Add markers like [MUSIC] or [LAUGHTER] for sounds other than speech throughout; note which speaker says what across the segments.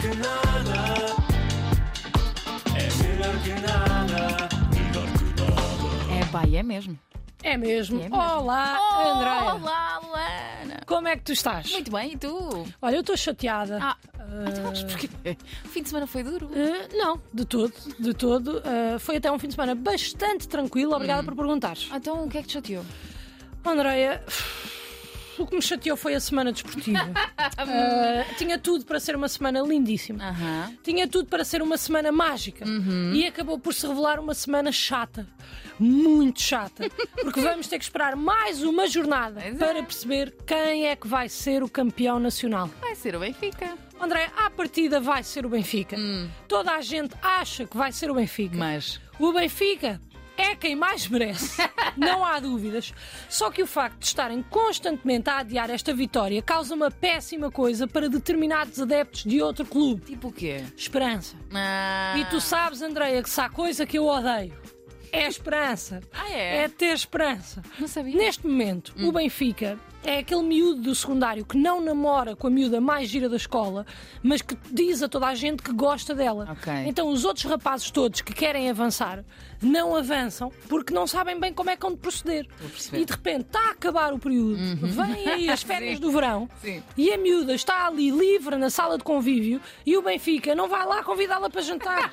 Speaker 1: que nada. É melhor que nada. Melhor que nada.
Speaker 2: É pai, é mesmo.
Speaker 3: É mesmo.
Speaker 2: É mesmo.
Speaker 3: Olá, Andréia.
Speaker 2: Olá, Lana.
Speaker 3: Como é que tu estás?
Speaker 2: Muito bem, e tu?
Speaker 3: Olha, eu estou chateada.
Speaker 2: Ah, então, mas porquê? O fim de semana foi duro.
Speaker 3: Eh, não, de todo, de todo. Eh, foi até um fim de semana bastante tranquilo. Obrigada por perguntares.
Speaker 2: Ah, Então, o que é que te chateou?
Speaker 3: Andréia, o que me chateou foi a semana desportiva.
Speaker 2: [LAUGHS]
Speaker 3: Eh, tinha tudo para ser uma semana lindíssima.
Speaker 2: Aham.
Speaker 3: Tinha tudo para ser uma semana mágica
Speaker 2: Uhum.
Speaker 3: e acabou por se revelar uma semana chata, muito chata,
Speaker 2: [LAUGHS]
Speaker 3: porque vamos ter que esperar mais uma jornada
Speaker 2: Pois é.
Speaker 3: para perceber quem é que vai ser o campeão nacional.
Speaker 2: Vai ser o Benfica.
Speaker 3: André, à partida vai ser o Benfica. Toda a gente acha que vai ser o Benfica.
Speaker 2: Hum. Mas.
Speaker 3: O Benfica é quem mais
Speaker 2: [LAUGHS]
Speaker 3: merece, não há dúvidas. Só que o facto de estarem constantemente a adiar esta vitória causa uma péssima coisa para determinados adeptos de outro clube.
Speaker 2: Tipo o quê?
Speaker 3: Esperança.
Speaker 2: Ah.
Speaker 3: E tu sabes, Andreia, que se há coisa que eu odeio é a esperança.
Speaker 2: Ah, é? Né?
Speaker 3: É ter esperança.
Speaker 2: Não sabia. Hum.
Speaker 3: Neste momento, o Benfica é aquele miúdo do secundário que não namora com a miúda mais gira da escola, mas que diz a toda a gente que gosta dela.
Speaker 2: Ok.
Speaker 3: Então, os outros rapazes todos que querem avançar não avançam porque não sabem bem como é que vão de proceder.
Speaker 2: perceber. Uhum.
Speaker 3: E de repente está a acabar o período, vêm
Speaker 2: [LAUGHS]
Speaker 3: aí as férias
Speaker 2: Sim.
Speaker 3: do verão
Speaker 2: Sim.
Speaker 3: e a miúda está ali livre na sala de convívio e o Benfica não vai lá convidá-la
Speaker 2: [LAUGHS]
Speaker 3: para jantar.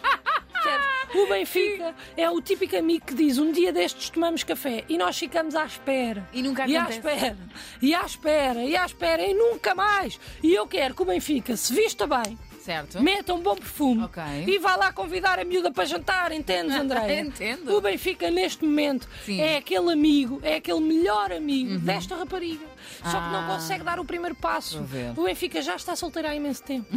Speaker 3: Percebes? O Benfica é o típico amigo que diz: um dia destes tomamos café e nós ficamos à espera.
Speaker 2: E nunca
Speaker 3: E à
Speaker 2: acontece.
Speaker 3: espera, e à espera, e à espera, e nunca mais. E eu quero que o Benfica se vista bem,
Speaker 2: Certo?
Speaker 3: meta um bom perfume
Speaker 2: Ok.
Speaker 3: e vá lá convidar a miúda para jantar,
Speaker 2: [LAUGHS]
Speaker 3: entendes, André?
Speaker 2: Entendo.
Speaker 3: O Benfica, neste momento,
Speaker 2: Sim. Uhum.
Speaker 3: é aquele amigo, é aquele melhor amigo desta rapariga. Só que não
Speaker 2: Ah.
Speaker 3: consegue dar o primeiro passo.
Speaker 2: Estou a ver.
Speaker 3: O Benfica já está solteiro há
Speaker 2: [LAUGHS]
Speaker 3: imenso tempo.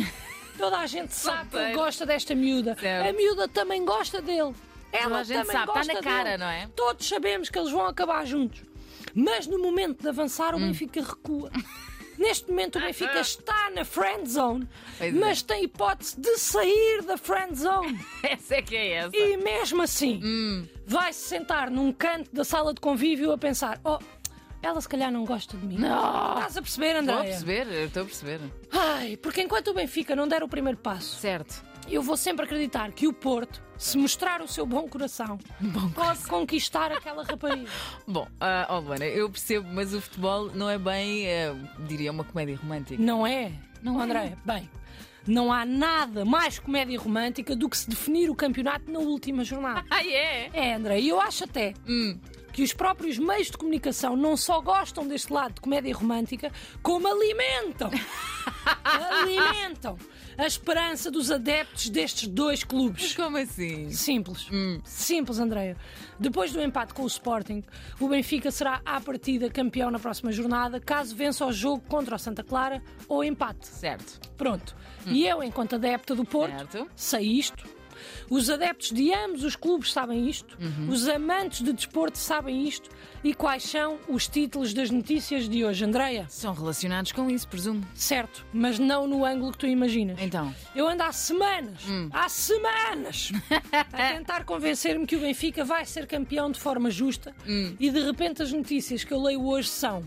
Speaker 3: Toda a gente sabe que ele
Speaker 2: Solteiro.
Speaker 3: gosta desta miúda.
Speaker 2: Certo.
Speaker 3: A miúda também gosta dele. Ela
Speaker 2: Toda a gente
Speaker 3: também
Speaker 2: sabe, está
Speaker 3: gosta
Speaker 2: na cara,
Speaker 3: dele.
Speaker 2: não é?
Speaker 3: Todos sabemos que eles vão acabar juntos. Mas no momento de avançar,
Speaker 2: Hum.
Speaker 3: o Benfica recua. Neste momento o
Speaker 2: [LAUGHS]
Speaker 3: Benfica está na friend zone,
Speaker 2: Pois é.
Speaker 3: mas tem hipótese de sair da friend zone.
Speaker 2: [LAUGHS] Essa é que é essa.
Speaker 3: E mesmo assim,
Speaker 2: Hum.
Speaker 3: vai se sentar num canto da sala de convívio a pensar: oh, ela se calhar não gosta de mim.
Speaker 2: Não.
Speaker 3: Estás a perceber, André?
Speaker 2: Ah, Estou a perceber, eu estou a perceber.
Speaker 3: Ai, porque enquanto o Benfica não der o primeiro passo,
Speaker 2: Certo.
Speaker 3: eu vou sempre acreditar que o Porto, se mostrar o seu bom coração,
Speaker 2: [LAUGHS] Um
Speaker 3: pode conquistar aquela rapariga.
Speaker 2: Bom, ah, ó Luana, eu percebo, mas o futebol não é bem, ah, diria, uma comédia romântica.
Speaker 3: Não é?
Speaker 2: Não é.
Speaker 3: André, bem, não há nada mais comédia romântica do que se definir o campeonato na última jornada.
Speaker 2: Ah, é?
Speaker 3: É, André, e eu acho até
Speaker 2: Hum.
Speaker 3: que os próprios meios de comunicação não só gostam deste lado de comédia romântica, como alimentam alimentam a esperança dos adeptos destes dois clubes.
Speaker 2: Mas como assim?
Speaker 3: Simples. Simples, Andréia. Depois do empate com o Sporting, o Benfica será à partida campeão na próxima jornada, caso vença o jogo contra o Santa Clara ou empate.
Speaker 2: Certo.
Speaker 3: Pronto. E eu, enquanto adepta do Porto,
Speaker 2: Certo.
Speaker 3: sei isto. Os adeptos de ambos os clubes sabem isto. Os amantes de desporto sabem isto. E quais são os títulos das notícias de hoje, Andreia?
Speaker 2: São relacionados com isso, presumo.
Speaker 3: Certo, mas não no ângulo que tu imaginas.
Speaker 2: Então.
Speaker 3: Eu ando há semanas, há semanas, a tentar convencer-me que o Benfica vai ser campeão de forma justa e de repente as notícias que eu leio hoje são: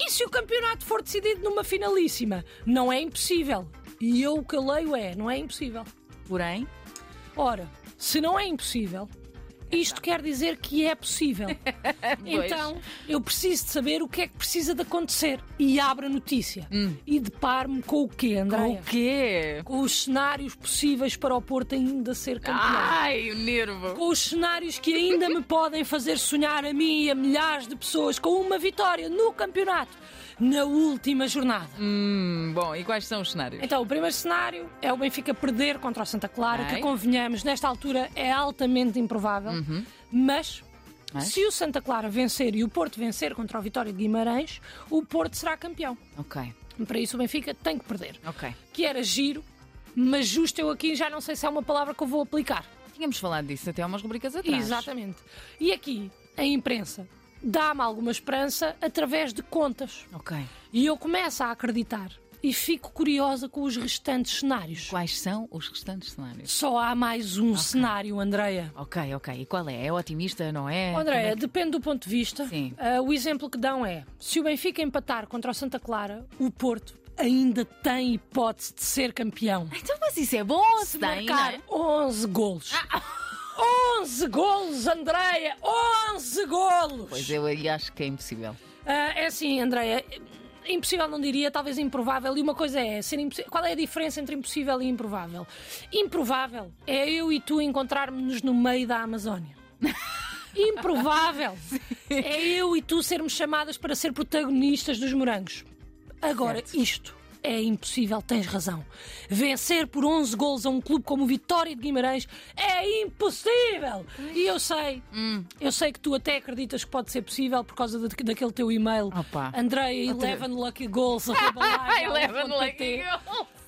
Speaker 3: e se o campeonato for decidido numa finalíssima? Não é impossível. E eu o que eu leio é: não é impossível.
Speaker 2: Porém,
Speaker 3: Ora, se não é impossível, isto quer dizer que é possível. então, eu preciso de saber o que é que precisa de acontecer. E abro a notícia. E deparo-me com o quê,
Speaker 2: com
Speaker 3: Andréia?
Speaker 2: o quê?
Speaker 3: com os cenários possíveis para o Porto ainda ser campeão.
Speaker 2: Ai, o nervo.
Speaker 3: Com os cenários que ainda me podem fazer sonhar a mim e a milhares de pessoas com uma vitória no campeonato na última jornada.
Speaker 2: Hum, bom, e quais são os cenários?
Speaker 3: Então, o primeiro cenário é o Benfica perder contra o Santa Clara,
Speaker 2: Ok.
Speaker 3: que convenhamos, nesta altura é altamente improvável, mas.
Speaker 2: Uhum. Mas?
Speaker 3: Se o Santa Clara vencer e o Porto vencer contra o Vitória de Guimarães, o Porto será campeão.
Speaker 2: Ok,
Speaker 3: Para isso o Benfica tem que perder.
Speaker 2: ok.
Speaker 3: Que era giro, mas justo eu aqui já não sei se é uma palavra que eu vou aplicar.
Speaker 2: Tínhamos falado disso até há umas rubricas atrás.
Speaker 3: Exatamente. E aqui, a imprensa dá-me alguma esperança através de contas.
Speaker 2: Ok.
Speaker 3: E eu começo a acreditar e fico curiosa com os restantes cenários.
Speaker 2: Quais são os restantes cenários?
Speaker 3: Só há mais um cenário, Andreia.
Speaker 2: Ok, ok. E qual é? É otimista, não é?
Speaker 3: Andreia, depende do ponto de vista.
Speaker 2: Sim.
Speaker 3: Ah, o exemplo que dão é: se o Benfica empatar contra o Santa Clara, o Porto ainda tem hipótese de ser campeão.
Speaker 2: Então, mas isso é bom, se
Speaker 3: Se
Speaker 2: tem,
Speaker 3: marcar
Speaker 2: não é? Ah.
Speaker 3: 11 golos. [LAUGHS] 11 golos, Andreia! 11 golos!
Speaker 2: Pois eu aí acho que é impossível.
Speaker 3: Ah, é assim, Andreia. Impossível não diria, talvez improvável. E uma coisa é ser impossi- Qual é a diferença entre impossível e improvável? Improvável é eu e tu encontrarmos-nos no meio da Amazónia. Improvável é eu e tu sermos chamadas para ser protagonistas dos morangos. Agora, isto é impossível, tens razão. Vencer por 11 golos a um clube como o Vitória de Guimarães é impossível! E eu sei, eu sei que tu até acreditas que pode ser possível por causa da- daquele teu e-mail.
Speaker 2: Opa.
Speaker 3: Andreia, 11 lucky goals.
Speaker 2: [LAUGHS]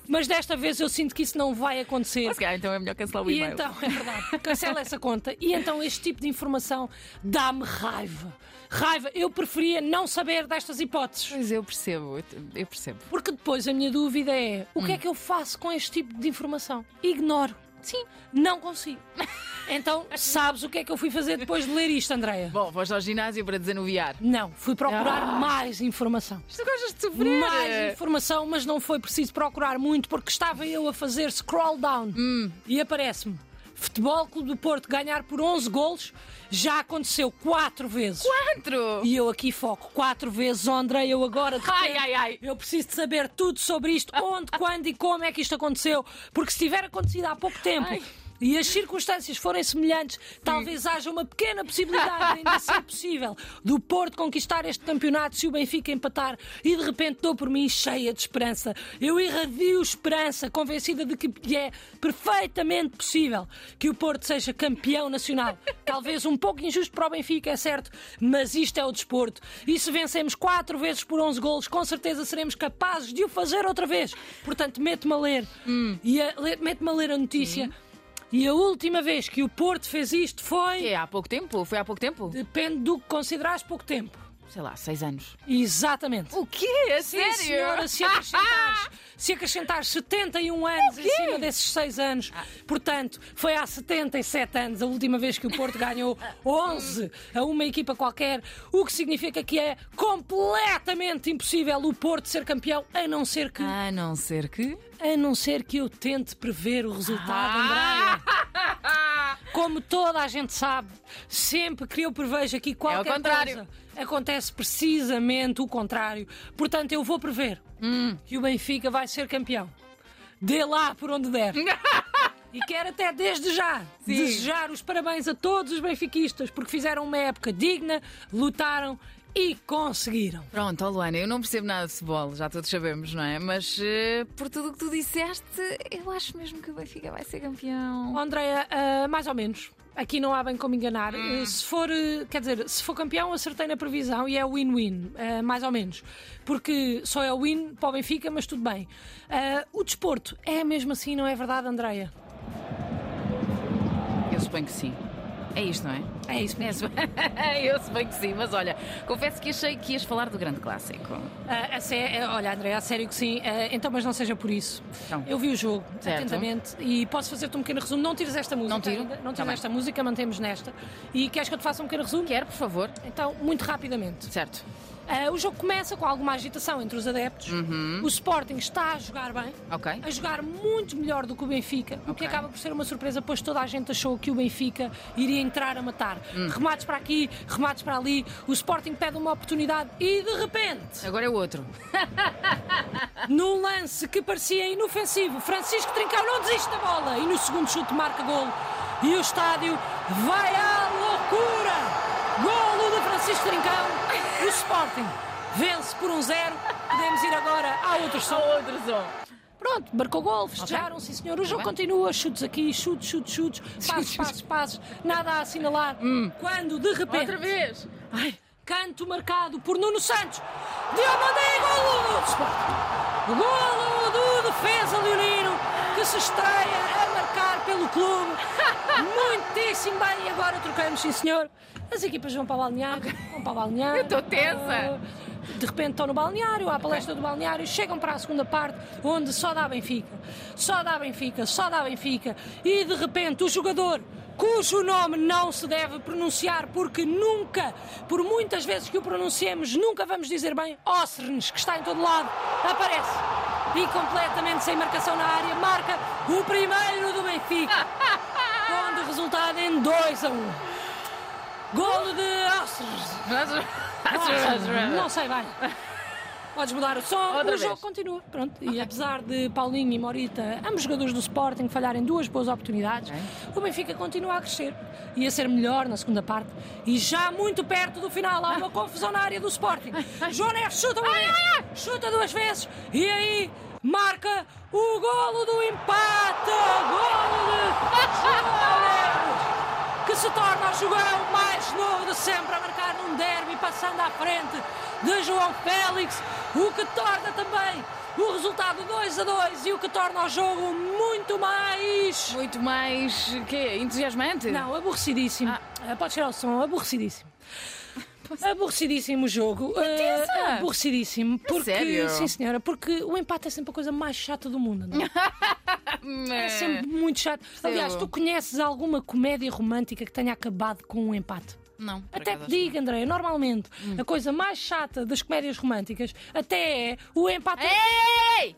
Speaker 3: Mas desta vez eu sinto que isso não vai acontecer.
Speaker 2: Se calhar então é melhor cancelar o
Speaker 3: E
Speaker 2: e-mail.
Speaker 3: então, é verdade, cancela essa conta. E então este tipo de informação dá-me raiva. Raiva, eu preferia não saber destas hipóteses.
Speaker 2: Pois eu percebo, eu te- eu percebo.
Speaker 3: Porque depois a minha dúvida é: o
Speaker 2: Hum.
Speaker 3: que é que eu faço com este tipo de informação? Ignoro. Sim. Não consigo.
Speaker 2: [LAUGHS]
Speaker 3: Então, sabes o que é que eu fui fazer depois de ler isto, Andreia?
Speaker 2: Bom, Ah. foste ao ginásio para desanuviar.
Speaker 3: Não, fui procurar mais informação.
Speaker 2: Tu gostas de sofrer?
Speaker 3: Mais informação, mas não foi preciso procurar muito porque estava eu a fazer scroll down e aparece-me. Futebol Clube do Porto ganhar por 11 golos já aconteceu 4 vezes.
Speaker 2: Quatro!
Speaker 3: E eu aqui foco 4 vezes, oh, André, eu agora. de
Speaker 2: Ai,
Speaker 3: repente,
Speaker 2: ai, ai.
Speaker 3: Eu preciso de saber tudo sobre isto, onde, quando e como é que isto aconteceu, porque se tiver acontecido há pouco tempo.
Speaker 2: Ai.
Speaker 3: E as circunstâncias forem semelhantes, talvez haja uma pequena possibilidade, ainda assim possível, do Porto conquistar este campeonato se o Benfica empatar. E de repente dou por mim cheia de esperança. Eu irradio esperança, convencida de que é perfeitamente possível que o Porto seja campeão nacional. Talvez um pouco injusto para o Benfica, é certo, mas isto é o desporto. E se vencemos quatro vezes por 11 golos, com certeza seremos capazes de o fazer outra vez. Portanto, mete-me a ler. E a- le- mete-me a ler a notícia. E a última vez que o Porto fez isto foi.
Speaker 2: É há pouco tempo? Foi há pouco tempo?
Speaker 3: Depende do que considerares pouco tempo.
Speaker 2: Sei lá, seis anos.
Speaker 3: Exatamente.
Speaker 2: O quê? É A
Speaker 3: Sim, senhora,
Speaker 2: [LAUGHS]
Speaker 3: se acrescentares, se acrescentares 71 anos em cima desses 6 anos, portanto, foi há 77 anos a última vez que o Porto ganhou 11 a uma equipa qualquer, o que significa que é completamente impossível o Porto ser campeão, a não ser que,
Speaker 2: a não ser que.
Speaker 3: a não ser que eu tente prever o resultado,
Speaker 2: Ah.
Speaker 3: Andréia. Como toda a gente sabe, sempre que eu prevejo aqui qualquer
Speaker 2: contrário.
Speaker 3: coisa, acontece precisamente o contrário. Portanto, eu vou prever que o Benfica vai ser campeão. Dê lá por onde der. E quero até desde já desejar os parabéns a todos os benfiquistas porque fizeram uma época digna, lutaram e conseguiram.
Speaker 2: Pronto, ó Luana, eu não percebo nada de futebol, já todos sabemos, não é? Mas eh, por tudo o que tu disseste, eu acho mesmo que o Benfica vai ser campeão.
Speaker 3: Andréia, ah, mais ou menos. Aqui não há bem como enganar.
Speaker 2: Hum.
Speaker 3: Eh, Se for, eh, quer dizer, se for campeão, acertei na previsão e é win-win, ah, mais ou menos. Porque só é win para o Benfica, mas tudo bem. Ah, o desporto é mesmo assim, não é verdade, Andreia?
Speaker 2: Eu suponho que sim. É isto, não é? [LAUGHS]
Speaker 3: É isso
Speaker 2: É,
Speaker 3: mesmo.
Speaker 2: su- eu suponho que sim, mas olha, confesso que achei que ias falar do grande clássico.
Speaker 3: Ah, a sé- eh, olha, Andréia, a sério que sim. Ah, então, mas não seja por isso.
Speaker 2: Então.
Speaker 3: Eu vi o jogo
Speaker 2: Certo.
Speaker 3: atentamente e posso fazer-te um pequeno resumo. Não tires esta música.
Speaker 2: tiro?
Speaker 3: ainda. Não
Speaker 2: Tá
Speaker 3: tires
Speaker 2: bem.
Speaker 3: esta música, mantemos nesta. E queres que eu te faça um pequeno resumo?
Speaker 2: Quer, por favor?
Speaker 3: Então, muito rapidamente.
Speaker 2: Certo.
Speaker 3: Ah, o jogo começa com alguma agitação entre os adeptos. O Sporting está a jogar bem,
Speaker 2: Ok.
Speaker 3: a jogar muito melhor do que o Benfica, o que
Speaker 2: Ok.
Speaker 3: acaba por ser uma surpresa, pois toda a gente achou que o Benfica iria entrar a matar. Remates para aqui, remates para ali. O Sporting pede uma oportunidade e, de repente,
Speaker 2: Agora é o outro.
Speaker 3: num lance que parecia inofensivo, Francisco Trincão não desiste da bola e no segundo chute marca golo. E o estádio vai à loucura! Golo de Francisco Trincão, o Sporting vence por um zero. Podemos ir agora a outro som.
Speaker 2: outro som.
Speaker 3: Pronto, marcou gol, festejaram, sim senhor. O jogo
Speaker 2: bem.
Speaker 3: continua, chutes aqui, chutes, chutes, chutes, passos, passos, passos, nada a assinalar. Quando, de repente,
Speaker 2: Hum. Outra vez. Ai,
Speaker 3: canto marcado por Nuno Santos, Diomandé, golo do Sporting. Golo do defesa leonino, que se estreia a marcar pelo clube. Muitíssimo bem, e agora trocamos, sim senhor. As equipas vão para o balneário, vão para o balneário.
Speaker 2: Eu tô tensa.
Speaker 3: De repente estão no balneário, há a palestra do balneário, chegam para a segunda parte, onde só dá Benfica, só dá Benfica, só dá Benfica, e de repente o jogador cujo nome não se deve pronunciar, porque nunca, por muitas vezes que o pronunciemos, nunca vamos dizer bem, Ossernes, que está em todo lado, aparece e completamente sem marcação na área, marca o primeiro
Speaker 2: [LAUGHS]
Speaker 3: do Benfica. Pondo o resultado é em 2 a 1. Um. Golo de Astros. Não sei bem. Podes mudar o som,
Speaker 2: Outra
Speaker 3: o jogo
Speaker 2: vez.
Speaker 3: continua. Pronto. E apesar de Paulinho e Morita, ambos jogadores do Sporting, falharem duas boas oportunidades, o Benfica continua a crescer e a ser melhor na segunda parte. E já muito perto do
Speaker 2: [LAUGHS]
Speaker 3: final há uma confusão na área do Sporting. João Neves chuta uma vez, chuta duas vezes e aí marca o golo do empate! Golo de João Neves! que se torna o jogão mais novo de sempre a marcar num derby, passando à frente de João Félix, o que torna também o resultado 2 a 2 e o que torna o jogo muito mais.
Speaker 2: [LAUGHS] Muito mais. quê? Entusiasmante?
Speaker 3: Não, aborrecidíssimo. Ah, Pode tirar o som, [LAUGHS] aborrecidíssimo. Aborrecidíssimo o jogo.
Speaker 2: tensa!
Speaker 3: Ah, aborrecidíssimo. Porque,
Speaker 2: sério?
Speaker 3: Sim, senhora, porque o empate é sempre a coisa mais chata do mundo. Não? é?
Speaker 2: Hum,
Speaker 3: É sempre muito chato. Aliás, tu conheces alguma comédia romântica que tenha acabado com um empate?
Speaker 2: Não. por
Speaker 3: Até
Speaker 2: acaso Hum.
Speaker 3: te digo, Andréia, normalmente a coisa mais chata das comédias românticas até é o empate.
Speaker 2: acho- Ei!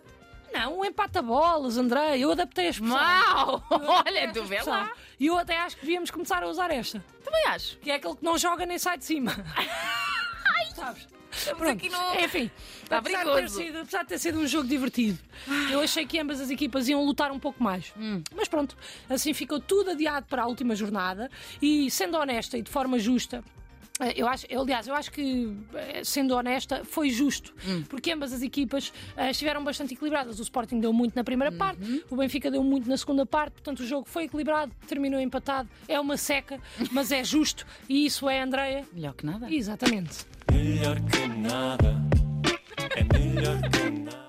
Speaker 3: Não, o empate a bolas, Andréia. Eu adaptei as
Speaker 2: Mau! [LAUGHS] Olha, tu vê lá.
Speaker 3: E eu até acho que devíamos começar a usar esta,
Speaker 2: Também acho.
Speaker 3: que é aquele que não joga nem sai
Speaker 2: [LAUGHS]
Speaker 3: de cima. Sabes?
Speaker 2: Estamos aqui no.
Speaker 3: é, Enfim,
Speaker 2: Está
Speaker 3: apesar de, ter
Speaker 2: perigoso. Ah.
Speaker 3: sido, apesar de ter sido um jogo divertido, eu achei que ambas as equipas iam lutar um pouco mais.
Speaker 2: Hum.
Speaker 3: Mas pronto, assim ficou tudo adiado para a última jornada e, sendo honesta e de forma justa. eh, Eu acho, eu, aliás, eu acho que, eh, sendo honesta, foi justo,
Speaker 2: Hum.
Speaker 3: porque ambas as equipas eh, estiveram bastante equilibradas. O Sporting deu muito na primeira
Speaker 2: Uhum.
Speaker 3: parte, o Benfica deu muito na segunda parte, portanto o jogo foi equilibrado, terminou empatado. É uma seca, mas é justo, e isso é Andreia.
Speaker 2: Melhor que nada.
Speaker 3: Exatamente.
Speaker 1: Melhor que nada. É melhor que nada.